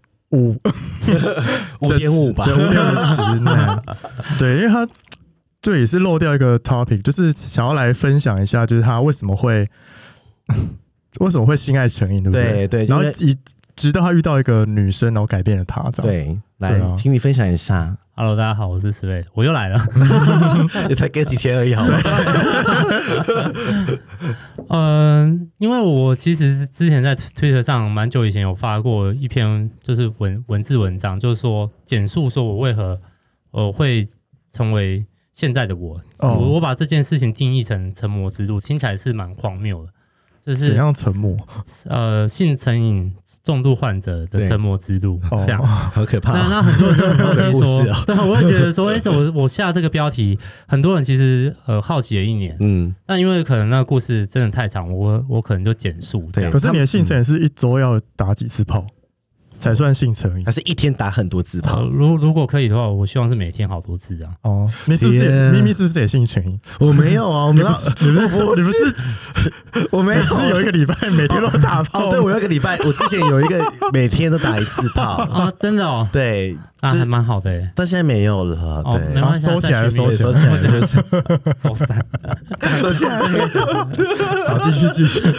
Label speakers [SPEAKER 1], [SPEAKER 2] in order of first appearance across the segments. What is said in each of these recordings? [SPEAKER 1] 五
[SPEAKER 2] 五点五吧
[SPEAKER 1] 对，五点五十呢。对，因为他对也是漏掉一个 topic，就是想要来分享一下，就是他为什么会 为什么会性爱成瘾，对不
[SPEAKER 2] 对对
[SPEAKER 1] 然后
[SPEAKER 2] 就是
[SPEAKER 1] 以直到他遇到一个女生，然后改变了他，这样。
[SPEAKER 2] 对，来，
[SPEAKER 1] 对啊
[SPEAKER 2] 请你分享一下，
[SPEAKER 3] Hello，大家好，我是 s l a t 我又来了。
[SPEAKER 2] 也才隔几天而已， 好吗？
[SPEAKER 3] 嗯，因为我其实之前在推特上蛮久以前有发过一篇，就是文文字文章，就是说简述说我为何我会成为现在的我。
[SPEAKER 1] 哦
[SPEAKER 3] 我我把这件事情定义成成魔之路，听起来是蛮荒谬的，就
[SPEAKER 1] 怎
[SPEAKER 3] 是
[SPEAKER 1] 样沉默？
[SPEAKER 3] 呃性成瘾重度患者的
[SPEAKER 2] 对
[SPEAKER 3] 成魔之路
[SPEAKER 1] 哦
[SPEAKER 3] 这样。
[SPEAKER 2] 好可 怕
[SPEAKER 3] 那
[SPEAKER 2] 哦，
[SPEAKER 3] 那很多人都很好奇
[SPEAKER 2] 鬼故
[SPEAKER 3] 说
[SPEAKER 2] 事哦，
[SPEAKER 3] 对，我也觉得说，哎、怎么我下这个标题，很多人其实呃好奇了一年，
[SPEAKER 2] 嗯，
[SPEAKER 3] 但因为可能那个故事真的太长，我我可能就简述这样
[SPEAKER 2] 对。
[SPEAKER 1] 可是你的性成瘾是一周要打几次炮才算性成瘾
[SPEAKER 2] 他？是一天打很多字
[SPEAKER 3] 呃
[SPEAKER 2] 炮，
[SPEAKER 3] 如如果可以的话，我希望是每天好多次啊。
[SPEAKER 1] 哦，你是不是也
[SPEAKER 2] 天
[SPEAKER 1] 咪咪是不是也性成瘾？
[SPEAKER 2] 我没有啊，我
[SPEAKER 1] 你
[SPEAKER 2] 没有
[SPEAKER 1] 不，是你不是你不是
[SPEAKER 2] 我没
[SPEAKER 1] 你不是有一个礼拜每天都打炮
[SPEAKER 2] 哦，
[SPEAKER 1] 吗？
[SPEAKER 2] 对，我有一个礼拜，我之前有一个每天都打一次 炮，
[SPEAKER 3] 啊，真的哦，
[SPEAKER 2] 对，
[SPEAKER 3] 啊，
[SPEAKER 2] 就
[SPEAKER 3] 还
[SPEAKER 2] 是
[SPEAKER 3] 蛮好的欸。
[SPEAKER 2] 到现在没有了，
[SPEAKER 3] 哦，没
[SPEAKER 2] 对，
[SPEAKER 3] 关系啊，
[SPEAKER 1] 收起来
[SPEAKER 3] 再
[SPEAKER 1] 收
[SPEAKER 3] 续
[SPEAKER 1] 起
[SPEAKER 2] 收
[SPEAKER 1] 来
[SPEAKER 2] 起来就是
[SPEAKER 3] 收散。
[SPEAKER 2] 收起来，
[SPEAKER 1] 好，继续继续。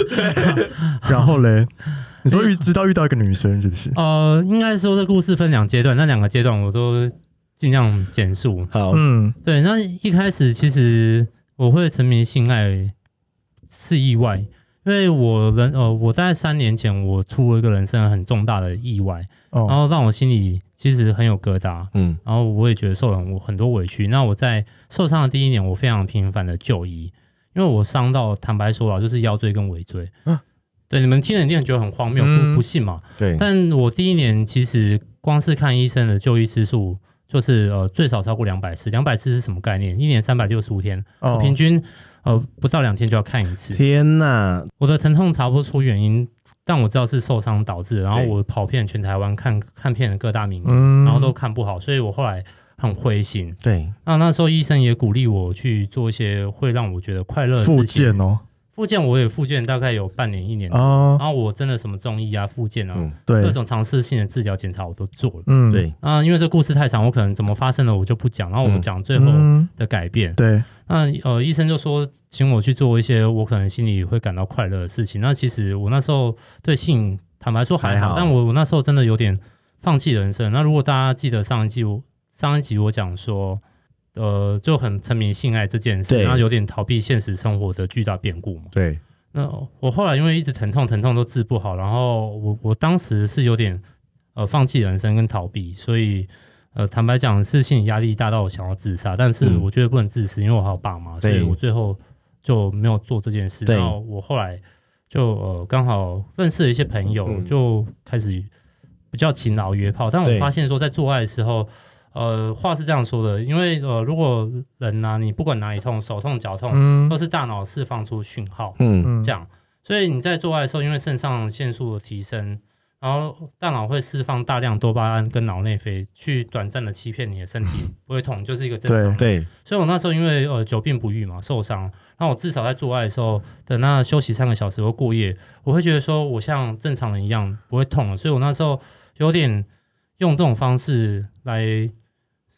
[SPEAKER 1] 然后嘞，你说遇知道遇到一个女生是不是？
[SPEAKER 3] 呃，应该说这故事分两阶段，那两个阶段我都尽量简述。
[SPEAKER 2] 好，
[SPEAKER 1] 嗯，
[SPEAKER 3] 对，那一开始其实我会沉迷性爱是意外，因为我人呃，我大概三年前我出了一个人生很重大的意外，然
[SPEAKER 1] 哦，
[SPEAKER 3] 后让我心里其实很有疙瘩，
[SPEAKER 2] 嗯，
[SPEAKER 3] 然后我也觉得受了我很多委屈。那我在受伤的第一年，我非常频繁的就医，因为我伤到坦白说啊，就是腰椎跟尾椎。
[SPEAKER 1] 啊
[SPEAKER 3] 对，你们听了一定很觉得很荒谬，
[SPEAKER 1] 嗯
[SPEAKER 3] 不不信嘛？
[SPEAKER 2] 对，
[SPEAKER 3] 但我第一年其实光是看医生的就医次数，就是呃最少超过两百次。两百次是什么概念？一年三百六十五天，
[SPEAKER 1] 哦
[SPEAKER 3] 我平均呃不到两天就要看一次。
[SPEAKER 2] 天哪，
[SPEAKER 3] 我的疼痛查不出原因，但我知道是受伤导致的。然后
[SPEAKER 2] 对
[SPEAKER 3] 我跑遍全台湾看看遍了各大名医，
[SPEAKER 1] 嗯
[SPEAKER 3] 然后都看不好，所以我后来很灰心。
[SPEAKER 2] 对，
[SPEAKER 3] 那那时候医生也鼓励我去做一些会让我觉得快乐的
[SPEAKER 1] 复
[SPEAKER 3] 事情。
[SPEAKER 1] 健哦，
[SPEAKER 3] 复健我也复健大概有半年一年，
[SPEAKER 1] 啊，
[SPEAKER 3] 然后我真的什么中医啊、复健啊，
[SPEAKER 2] 嗯，
[SPEAKER 3] 哦各
[SPEAKER 1] 对，
[SPEAKER 3] 种尝试性的治疗检查我都做了。
[SPEAKER 1] 嗯，
[SPEAKER 2] 对，
[SPEAKER 3] 啊、因为这故事太长，我可能怎么发生的我就不讲，然后我
[SPEAKER 2] 嗯
[SPEAKER 3] 讲最后
[SPEAKER 1] 嗯，
[SPEAKER 3] 的改变。
[SPEAKER 1] 对，
[SPEAKER 3] 那呃，医生就说请我去做一些我可能心里会感到快乐的事情。那其实我那时候对性坦白说还
[SPEAKER 2] 还好
[SPEAKER 3] 好，但我我那时候真的有点放弃人生。那如果大家记得上一季我上一集我讲说，呃，就很沉迷性爱这件事，
[SPEAKER 2] 对
[SPEAKER 3] 然后有点逃避现实生活的巨大变故嘛。
[SPEAKER 2] 对，
[SPEAKER 3] 那我后来因为一直疼痛，疼痛都治不好，然后我我当时是有点呃放弃人生跟逃避，所以呃坦白讲是心理压力大到我想要自杀，但是
[SPEAKER 2] 嗯
[SPEAKER 3] 我觉得不能自私，因为我还有爸妈，所
[SPEAKER 2] 对
[SPEAKER 3] 以我最后就没有做这件事。
[SPEAKER 2] 对
[SPEAKER 3] 然后我后来就呃刚好认识了一些朋友，
[SPEAKER 2] 嗯
[SPEAKER 3] 就开始比较勤劳约炮，但
[SPEAKER 2] 对
[SPEAKER 3] 我发现说在做爱的时候。呃，话是这样说的，因为呃，如果人呐、你不管哪里痛，手痛、脚痛，
[SPEAKER 1] 嗯
[SPEAKER 3] 都是大脑释放出讯号，
[SPEAKER 2] 嗯，
[SPEAKER 1] 嗯
[SPEAKER 3] 这样。所以你在做爱的时候，因为肾上腺素的提升，然后大脑会释放大量多巴胺跟脑内啡，去短暂的欺骗你的身体不会痛，就是一个正常。
[SPEAKER 2] 对，
[SPEAKER 3] 所以我那时候因为呃久病不愈嘛，受伤，那我至少在做爱的时候等那休息三个小时或过夜，我会觉得说我像正常人一样不会痛了。所以我那时候有点用这种方式来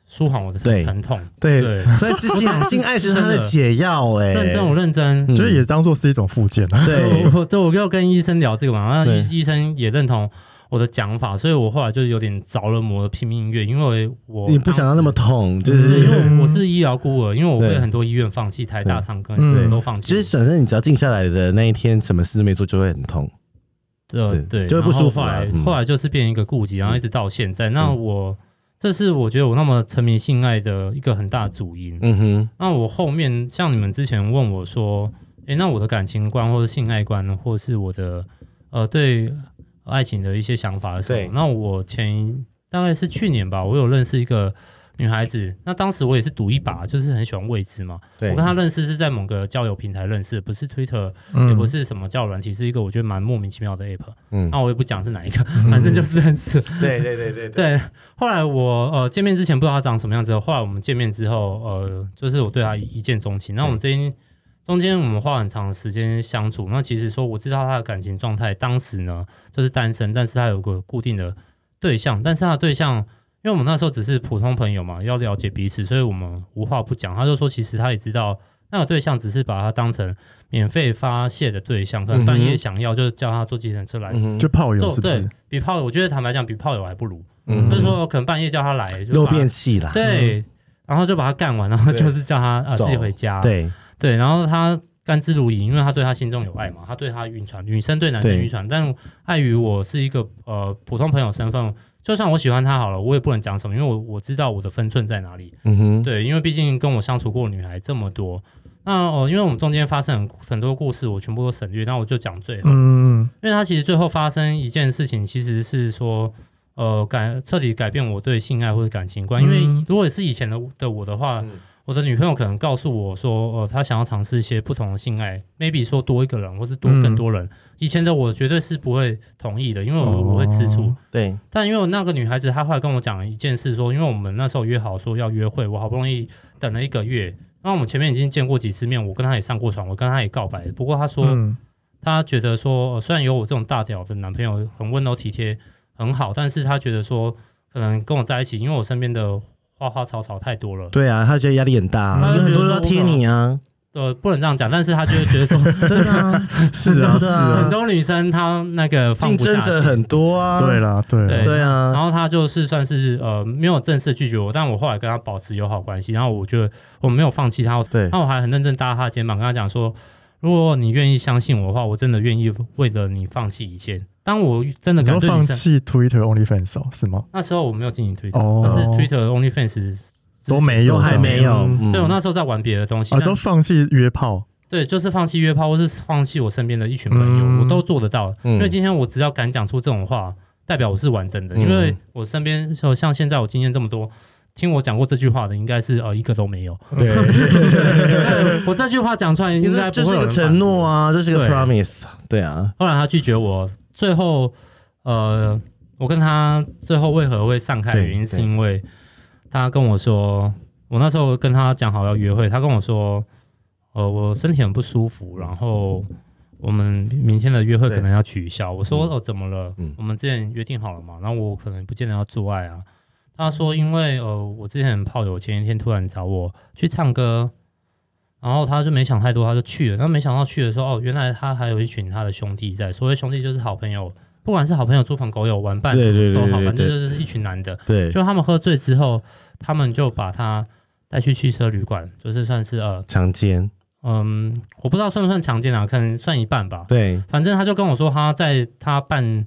[SPEAKER 3] 舒缓我的
[SPEAKER 2] 对
[SPEAKER 3] 疼痛。
[SPEAKER 2] 对，
[SPEAKER 3] 对，
[SPEAKER 2] 所以是性性爱是他的解药，哎，
[SPEAKER 3] 认真我认真，
[SPEAKER 2] 嗯
[SPEAKER 1] 就是也当做是一种复健啊，
[SPEAKER 2] 对
[SPEAKER 3] 对，，我对我要跟医生聊这个嘛，那
[SPEAKER 2] 对
[SPEAKER 3] 医医生也认同我的讲法，所以我后来就有点着了魔的拼命医院，因为我
[SPEAKER 2] 你不想要那么
[SPEAKER 3] 当
[SPEAKER 2] 痛，就
[SPEAKER 3] 时，对因
[SPEAKER 2] 是。
[SPEAKER 3] 为我是医疗孤儿，因为我
[SPEAKER 2] 对
[SPEAKER 3] 被很多医院放弃，台大、
[SPEAKER 2] 对
[SPEAKER 3] 长庚
[SPEAKER 1] 嗯
[SPEAKER 3] 什么都放
[SPEAKER 2] 其
[SPEAKER 3] 弃
[SPEAKER 2] 实，，反正你只要静下来的那一天，什么事都没做，就会很痛。
[SPEAKER 3] 呃，
[SPEAKER 2] 对
[SPEAKER 3] 对，
[SPEAKER 2] 就会不舒服
[SPEAKER 3] 然后后
[SPEAKER 2] 啊
[SPEAKER 3] 来
[SPEAKER 2] 嗯
[SPEAKER 3] 后来就是变一个顾忌，然后一直到现在。那我这是我觉得我那么沉迷性爱的一个很大的主因。
[SPEAKER 2] 嗯哼，
[SPEAKER 3] 那我后面像你们之前问我说，诶、那我的感情观或者性爱观，或是我的呃对爱情的一些想法是什
[SPEAKER 2] 对
[SPEAKER 3] 么？那我前一大概是去年吧，我有认识一个女孩子，那当时我也是赌一把，就是很喜欢未知嘛。
[SPEAKER 2] 对，
[SPEAKER 3] 我跟她认识是在某个交友平台认识，不是 Twitter，、也
[SPEAKER 1] 嗯
[SPEAKER 3] 不是什么交友软体，是一个我觉得蛮莫名其妙的 app。
[SPEAKER 2] 嗯
[SPEAKER 3] 那、，我也不讲是哪 一个，反正就是认识。
[SPEAKER 2] 对对对对，
[SPEAKER 3] 对，后来我呃见面之前不知道她长什么样子，后来我们见面之后，呃，就是我对她一见钟情。那我们这一中间我们花很长的时间相处，那其实说我知道她的感情状态，当时呢就是单身，但是她有个固定的对象，但是她的对象，因为我们那时候只是普通朋友嘛，要了解彼此，所以我们无话不讲。她就说，其实她也知道那个对象只是把她当成免费发泄的对象，可能半
[SPEAKER 2] 嗯
[SPEAKER 3] 夜
[SPEAKER 2] 哼
[SPEAKER 3] 想要就叫她坐计程车来。
[SPEAKER 2] 嗯哼
[SPEAKER 1] 就炮友
[SPEAKER 3] 做
[SPEAKER 1] 是不
[SPEAKER 3] 对
[SPEAKER 1] 是？
[SPEAKER 3] 比炮友，我觉得坦白讲，比炮友还不如。
[SPEAKER 2] 嗯
[SPEAKER 3] 就是说可能半夜叫他来，就
[SPEAKER 2] 肉
[SPEAKER 3] 把他
[SPEAKER 2] 变细啦，
[SPEAKER 3] 对，然后就把他干完，然后
[SPEAKER 2] 对
[SPEAKER 3] 就是叫他啊
[SPEAKER 2] 走
[SPEAKER 3] 自己回家，
[SPEAKER 2] 对，
[SPEAKER 3] 对然后他甘之如饴，因为他对他心中有爱嘛，他对他晕船，女生对男生
[SPEAKER 2] 对
[SPEAKER 3] 晕船，但碍于我是一个呃普通朋友身份，就算我喜欢他好了，我也不能讲什么，因为我我知道我的分寸在哪里，
[SPEAKER 2] 嗯哼，
[SPEAKER 3] 对，因为毕竟跟我相处过的女孩这么多。那哦，因为我们中间发生很很多故事，我全部都省略，那我就讲最后。
[SPEAKER 1] 嗯，
[SPEAKER 3] 因为他其实最后发生一件事情，其实是说，呃，改彻底改变我对性爱或者感情观。因为
[SPEAKER 1] 嗯
[SPEAKER 3] 如果是以前的的我的话，
[SPEAKER 2] 嗯
[SPEAKER 3] 我的女朋友可能告诉我说，呃，她想要尝试一些不同的性爱，maybe 说多一个人，或是多
[SPEAKER 1] 嗯
[SPEAKER 3] 更多人。以前的我绝对是不会同意的，因为我我会吃醋。
[SPEAKER 1] 哦
[SPEAKER 2] 对，
[SPEAKER 3] 但因为我那个女孩子，她后来跟我讲一件事说因为我们那时候约好说要约会，我好不容易等了一个月。那我们前面已经见过几次面，我跟她也上过床，我跟她也告白了。不过她说，
[SPEAKER 1] 嗯
[SPEAKER 3] 她觉得说，呃虽然有我这种大屌的男朋友很温柔体贴很好，但是她觉得说，可能跟我在一起，因为我身边的花花草草太多了，
[SPEAKER 2] 对啊，他觉得压力很大啊，
[SPEAKER 3] 他就
[SPEAKER 2] 有很多人
[SPEAKER 3] 觉
[SPEAKER 2] 要
[SPEAKER 3] 得说
[SPEAKER 2] 贴你啊，
[SPEAKER 3] 呃，不能这样讲，但是她就会觉得说，
[SPEAKER 2] 真的啊，
[SPEAKER 1] 是啊
[SPEAKER 2] 真
[SPEAKER 1] 是
[SPEAKER 2] 的
[SPEAKER 1] 啊
[SPEAKER 3] 很
[SPEAKER 2] 啊，
[SPEAKER 3] 多女生她那个放
[SPEAKER 2] 竞
[SPEAKER 3] 不下
[SPEAKER 2] 争者
[SPEAKER 3] 去。
[SPEAKER 2] 很多啊，
[SPEAKER 1] 对啦对啦，
[SPEAKER 3] 对
[SPEAKER 2] 对啊，
[SPEAKER 3] 然后她就是算是呃没有正式拒绝我，但我后来跟她保持友好关系，然后我觉得我没有放弃她，
[SPEAKER 2] 对
[SPEAKER 3] 那我还很认真搭她的肩膀，跟她讲说，如果你愿意相信我的话，我真的愿意为了你放弃一切。当我真的
[SPEAKER 1] 你
[SPEAKER 3] 敢
[SPEAKER 1] 说
[SPEAKER 3] 对
[SPEAKER 1] 放
[SPEAKER 3] 女生，
[SPEAKER 1] 弃 Twitter OnlyFans 哦是吗？
[SPEAKER 3] 那时候我没有经营推特，
[SPEAKER 1] 哦
[SPEAKER 3] 我是 Twitter OnlyFans
[SPEAKER 1] 都没有，
[SPEAKER 2] 都还没有，嗯
[SPEAKER 3] 对我那时候在玩别的东
[SPEAKER 2] 哦
[SPEAKER 3] 西，
[SPEAKER 1] 啊，
[SPEAKER 3] 但
[SPEAKER 1] 都放弃约炮，
[SPEAKER 3] 对，就是放弃约炮，或是放弃我身边的一群朋友，
[SPEAKER 1] 嗯
[SPEAKER 3] 我都做得到。
[SPEAKER 2] 嗯
[SPEAKER 3] 因为今天我只要敢讲出这种话，代表我是完整的。
[SPEAKER 2] 嗯
[SPEAKER 3] 因为我身边像像现在我经验这么多，听我讲过这句话的，应该是呃一个都 没有。
[SPEAKER 2] 对，
[SPEAKER 3] 对我这句话讲出来，
[SPEAKER 2] 其
[SPEAKER 3] 应
[SPEAKER 2] 实
[SPEAKER 3] 该
[SPEAKER 2] 这
[SPEAKER 3] 不会
[SPEAKER 2] 是个
[SPEAKER 3] 有人
[SPEAKER 2] 承诺啊，这是个
[SPEAKER 3] 对
[SPEAKER 2] promise，对啊，
[SPEAKER 3] 反对。后来他拒绝我，最后呃，我跟他最后为何会散开，
[SPEAKER 2] 对
[SPEAKER 3] 原因是
[SPEAKER 2] 对
[SPEAKER 3] 因为他跟我说，我那时候跟他讲好要约会，他跟我说，呃，我身体很不舒服，然后我们明天的约会可能要取消。我说哦，怎么了？
[SPEAKER 2] 嗯
[SPEAKER 3] 我们之前约定好了嘛，然后我可能不见得要做爱啊。他说因为呃，我之前炮友前一天突然找我去唱歌。然后他就没想太多，他就去了。他没想到去的时候，哦，原来他还有一群他的兄弟在。所谓兄弟就是好朋友，不管是好朋友、猪朋狗友、玩伴
[SPEAKER 2] 对
[SPEAKER 3] 什
[SPEAKER 2] 对对
[SPEAKER 3] 么都好，
[SPEAKER 2] 对
[SPEAKER 3] 反正
[SPEAKER 2] 对
[SPEAKER 3] 就是一群男的。
[SPEAKER 2] 对，
[SPEAKER 3] 就他们喝醉之后，他们就把他带去汽车旅馆，就是算是呃
[SPEAKER 2] 强奸，
[SPEAKER 3] 嗯，我不知道算不算强奸啊，可能算一半吧。
[SPEAKER 2] 对，
[SPEAKER 3] 反正他就跟我说，他在他半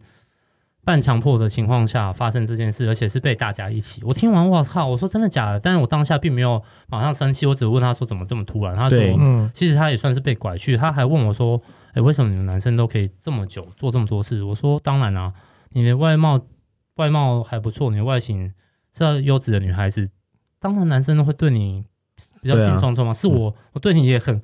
[SPEAKER 3] 半强迫的情况下发生这件事，而且是被大家一起。我听完，我靠！我说真的假的？但是我当下并没有马上生气，我只问他说怎么这么突然。他说
[SPEAKER 2] 对
[SPEAKER 1] 嗯，
[SPEAKER 3] 其实他也算是被拐去，他还问我说：“哎、为什么你们男生都可以这么久做这么多事？”我说：“当然啦、啊你的外貌外貌还不错，你的外形是优质的女孩子，当然男生会对你比较
[SPEAKER 2] 对啊
[SPEAKER 3] 兴冲冲嘛。是我，我对你也很，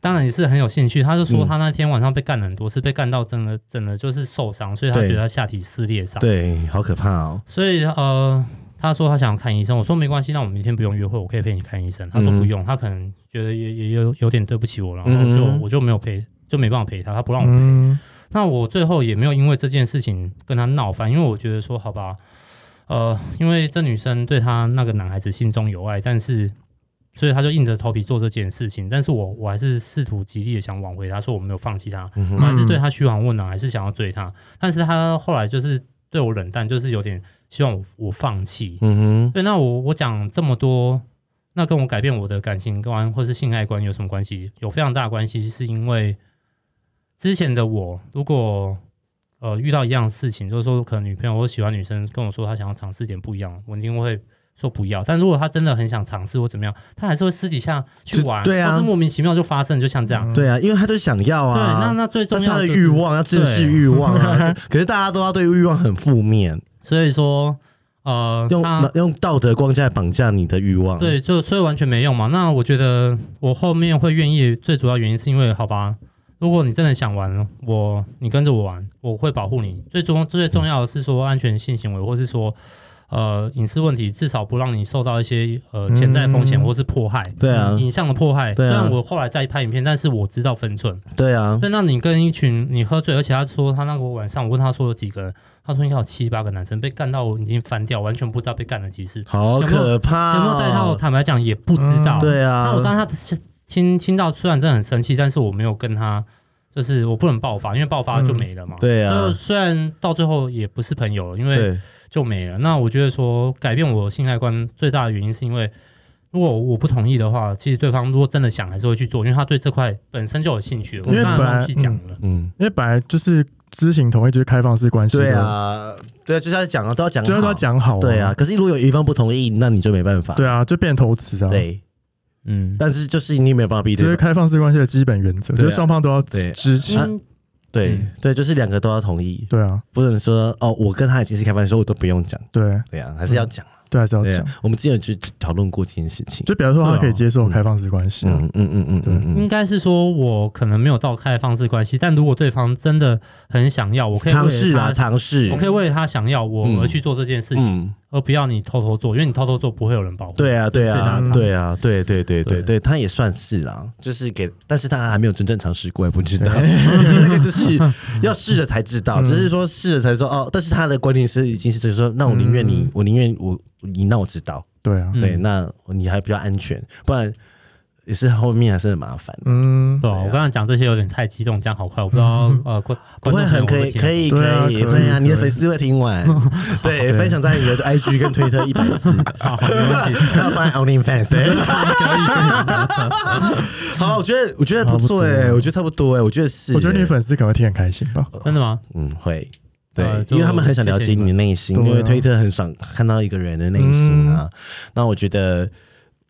[SPEAKER 3] 当然也是很有兴趣。”他就说
[SPEAKER 2] 嗯
[SPEAKER 3] 他那天晚上被干了很多次，被干到真的真的就是受伤，所以他
[SPEAKER 2] 对
[SPEAKER 3] 觉得他下体撕裂伤。
[SPEAKER 2] 对，好可怕哦，
[SPEAKER 3] 所以呃，他说他想看医生，我说没关系，那我们明天不用约会，我可以陪你看医生。他说
[SPEAKER 2] 嗯
[SPEAKER 3] 不用，他可能觉得也也有有点对不起我，然后
[SPEAKER 2] 嗯
[SPEAKER 3] 就我就没有陪，就没办法陪他，他不让我陪。
[SPEAKER 1] 嗯
[SPEAKER 3] 那我最后也没有因为这件事情跟他闹翻，因为我觉得说好吧，呃，因为这女生对他那个男孩子心中有爱，但是。所以他就硬着头皮做这件事情，但是我我还是试图极力的想挽回他，说我没有放弃他，
[SPEAKER 2] 嗯
[SPEAKER 3] 我
[SPEAKER 2] 哼，
[SPEAKER 3] 还是对他嘘寒问暖，还是想要追他。但是他后来就是对我冷淡，就是有点希望我我放弃。
[SPEAKER 2] 嗯哼，
[SPEAKER 3] 对，那我我讲这么多，那跟我改变我的感情观或是性爱观有什么关系？有非常大的关系，是因为之前的我，如果呃遇到一样事情，就是说可能女朋友或喜欢女生跟我说她想要尝试点不一样，我一定会。说不要，但如果她真的很想尝试或怎么样，她还是会私底下去
[SPEAKER 2] 就
[SPEAKER 3] 玩，
[SPEAKER 2] 对啊
[SPEAKER 3] 或是莫名其妙就发生，就像这样。
[SPEAKER 2] 对啊，因为他就想要
[SPEAKER 3] 对，那
[SPEAKER 2] 啊，
[SPEAKER 3] 那最
[SPEAKER 2] 但
[SPEAKER 3] 重
[SPEAKER 2] 是
[SPEAKER 3] 要
[SPEAKER 2] 他的
[SPEAKER 3] 就是
[SPEAKER 2] 欲望，他真的是
[SPEAKER 3] 对
[SPEAKER 4] 啊
[SPEAKER 2] 欲望啊，可是大家都要对欲望很负面，
[SPEAKER 3] 所以说，呃，
[SPEAKER 4] 用嗯
[SPEAKER 3] 那
[SPEAKER 4] 用道德框架绑架你的欲望。，
[SPEAKER 3] 对，就所以完全没用嘛。那我觉得我后面会愿意，最主要原因是因为，好吧，如果你真的想玩，我你跟着我玩，我会保护你。最重最重要的是说安全性行为，或是说呃隐私问题，至少不让你受到一些呃潜在风险
[SPEAKER 1] 嗯
[SPEAKER 3] 或是迫害。
[SPEAKER 4] 对啊
[SPEAKER 3] 影像的迫害。
[SPEAKER 4] 对啊
[SPEAKER 3] 虽然我后来再拍影片，但是我知道分寸。
[SPEAKER 4] 对啊，
[SPEAKER 3] 所以那你跟一群你喝醉，而且他说他那个晚上，我问他说有几个人，他说应该有七八个男生被干到我已经翻掉，完全不知道被干了几次。
[SPEAKER 4] 好可怕、哦
[SPEAKER 3] 有没有戴套？？坦白讲也不知道。
[SPEAKER 1] 嗯
[SPEAKER 4] 对啊
[SPEAKER 3] 那，我当时听听到，虽然真的很生气，但是我没有跟他，就是我不能爆发，因为爆发就没了嘛。
[SPEAKER 4] 对啊
[SPEAKER 3] 所以虽然到最后也不是朋友了，因为
[SPEAKER 4] 对
[SPEAKER 3] 就没了。那我觉得说改变我性爱观最大的原因是因为。如果我不同意的话，其实对方如果真的想，还是会去做，因为他对这块本身就有兴趣了。我
[SPEAKER 1] 因为
[SPEAKER 3] 刚才
[SPEAKER 1] 本来
[SPEAKER 3] 忘记讲了，
[SPEAKER 4] 嗯，
[SPEAKER 1] 因为本来就是知情同意就是开放式关系，
[SPEAKER 4] 对，啊，对啊，就是要讲啊，都要讲好，
[SPEAKER 1] 就是都要讲好、
[SPEAKER 4] 对啊，，可是如果有一方不同意，那你就没办法。
[SPEAKER 1] 对啊，就变头词啊，，
[SPEAKER 4] 对，
[SPEAKER 3] 嗯，
[SPEAKER 4] 但是就是你也没有办法逼
[SPEAKER 1] 这
[SPEAKER 4] 对
[SPEAKER 1] 是
[SPEAKER 4] 方。
[SPEAKER 1] 开放式关系的基本原则，
[SPEAKER 4] 对啊
[SPEAKER 1] 就是双方都要
[SPEAKER 4] 对
[SPEAKER 1] 知知情，
[SPEAKER 3] 嗯
[SPEAKER 4] 对对，就是两个都要同意，
[SPEAKER 1] 对啊，
[SPEAKER 4] 不能说哦，我跟他已经是开放，所以我都不用讲。
[SPEAKER 1] 对
[SPEAKER 4] 对啊，还是要讲。
[SPEAKER 1] 对，还是要
[SPEAKER 4] 对
[SPEAKER 1] 讲。
[SPEAKER 4] 啊，我们之前有去讨论过这件事情。
[SPEAKER 1] 就比如说，他可
[SPEAKER 3] 对
[SPEAKER 1] 以
[SPEAKER 3] 啊
[SPEAKER 1] 接受开放式关系啊，
[SPEAKER 4] 嗯嗯嗯嗯嗯
[SPEAKER 3] 应
[SPEAKER 4] 嗯，
[SPEAKER 3] 该是说我可能没有到开放式关系，但如果对方真的很想要，我可以为
[SPEAKER 4] 尝
[SPEAKER 3] 了
[SPEAKER 4] 试啦，
[SPEAKER 3] 他
[SPEAKER 4] 尝试。
[SPEAKER 3] 我可以为了他想要我而去做这件事情，
[SPEAKER 4] 嗯，
[SPEAKER 3] 而不要你偷偷做，因为你偷偷做不会有人保护。
[SPEAKER 4] 对啊，对
[SPEAKER 3] 这是最大
[SPEAKER 4] 啊
[SPEAKER 3] 的，差别
[SPEAKER 4] 对啊，对对对对
[SPEAKER 3] 对
[SPEAKER 4] 对，他也算是啦，就是给，但是他还没有真正尝试过，也不知 道，所以那个就是要试了才知道，
[SPEAKER 3] 嗯
[SPEAKER 4] 只是说试了才说哦，但是他的观念是已经是就是说，那我宁愿你
[SPEAKER 1] 嗯，
[SPEAKER 4] 我宁愿我你让我知道，
[SPEAKER 1] 对啊，
[SPEAKER 3] 嗯
[SPEAKER 4] 对，那你还比较安全，不然也是后面还是很麻烦。
[SPEAKER 1] 嗯，
[SPEAKER 3] 对啊，我刚才讲这些有点太激动，讲好快，我不知道呃观
[SPEAKER 4] 嗯不会
[SPEAKER 3] 观众朋友
[SPEAKER 4] 很可
[SPEAKER 3] 会
[SPEAKER 4] 以，
[SPEAKER 3] 听
[SPEAKER 4] 可以，
[SPEAKER 1] 对啊
[SPEAKER 4] 可以，
[SPEAKER 1] 可以
[SPEAKER 4] 会啊！
[SPEAKER 1] 可以
[SPEAKER 4] 你的粉丝会听 完，对，分享在你的 IG 跟推特一百次，
[SPEAKER 3] 好，啊没问题。
[SPEAKER 4] 还有放在 OnlyFans。好了，我觉得我觉得不
[SPEAKER 1] 差不
[SPEAKER 4] 错哎，
[SPEAKER 1] 多
[SPEAKER 4] 我觉得差不多哎，我觉得是欸，
[SPEAKER 1] 我觉得你粉丝可能会听很开心吧，
[SPEAKER 3] 真的吗？
[SPEAKER 4] 嗯会。对
[SPEAKER 3] 呃，就
[SPEAKER 4] 因为他们很想了
[SPEAKER 3] 谢
[SPEAKER 4] 解
[SPEAKER 3] 谢你们嗯
[SPEAKER 4] 你的内心，
[SPEAKER 1] 对啊
[SPEAKER 4] 因为推特很爽看到一个人的内心啊。那我觉得，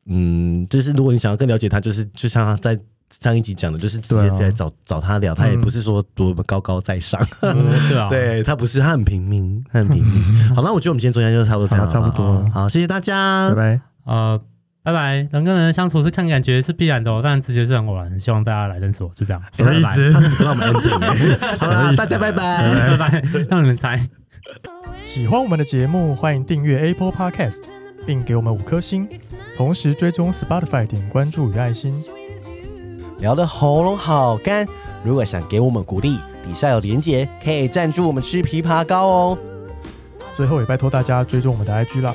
[SPEAKER 4] 嗯，就是如果你想要更了解他，就是就像他在上一集讲的，就是直接
[SPEAKER 1] 对啊
[SPEAKER 4] 在找找他聊，他也
[SPEAKER 1] 嗯
[SPEAKER 4] 不是说多么高高在上，
[SPEAKER 3] 嗯对啊，
[SPEAKER 4] 对他不是，他很平 民，他很平民。好，那我觉得我们今天中间就差不多这
[SPEAKER 1] 嗯
[SPEAKER 4] 样
[SPEAKER 1] 好，
[SPEAKER 4] 了，
[SPEAKER 1] 差不多了，
[SPEAKER 4] 好，谢谢大家，
[SPEAKER 1] 拜拜。
[SPEAKER 3] 呃，拜拜。人跟人相处是看感觉是必然的哦，但直觉是很偶然。希望大家来认识我，就这样。
[SPEAKER 1] 什么意思
[SPEAKER 4] 他死不让我 们 ending，欸好啦，大家拜 拜。
[SPEAKER 1] 嗯
[SPEAKER 3] 拜拜，让你们猜。
[SPEAKER 1] 喜欢我们的节目，欢迎订阅 Apple Podcast，并给我们五颗星，同时追踪 Spotify 点关注与爱心。
[SPEAKER 2] 聊得喉咙好干。如果想给我们鼓励，底下有连结，可以赞助我们吃枇杷膏哦。
[SPEAKER 1] 最后也拜托大家追踪我们的 IG 啦，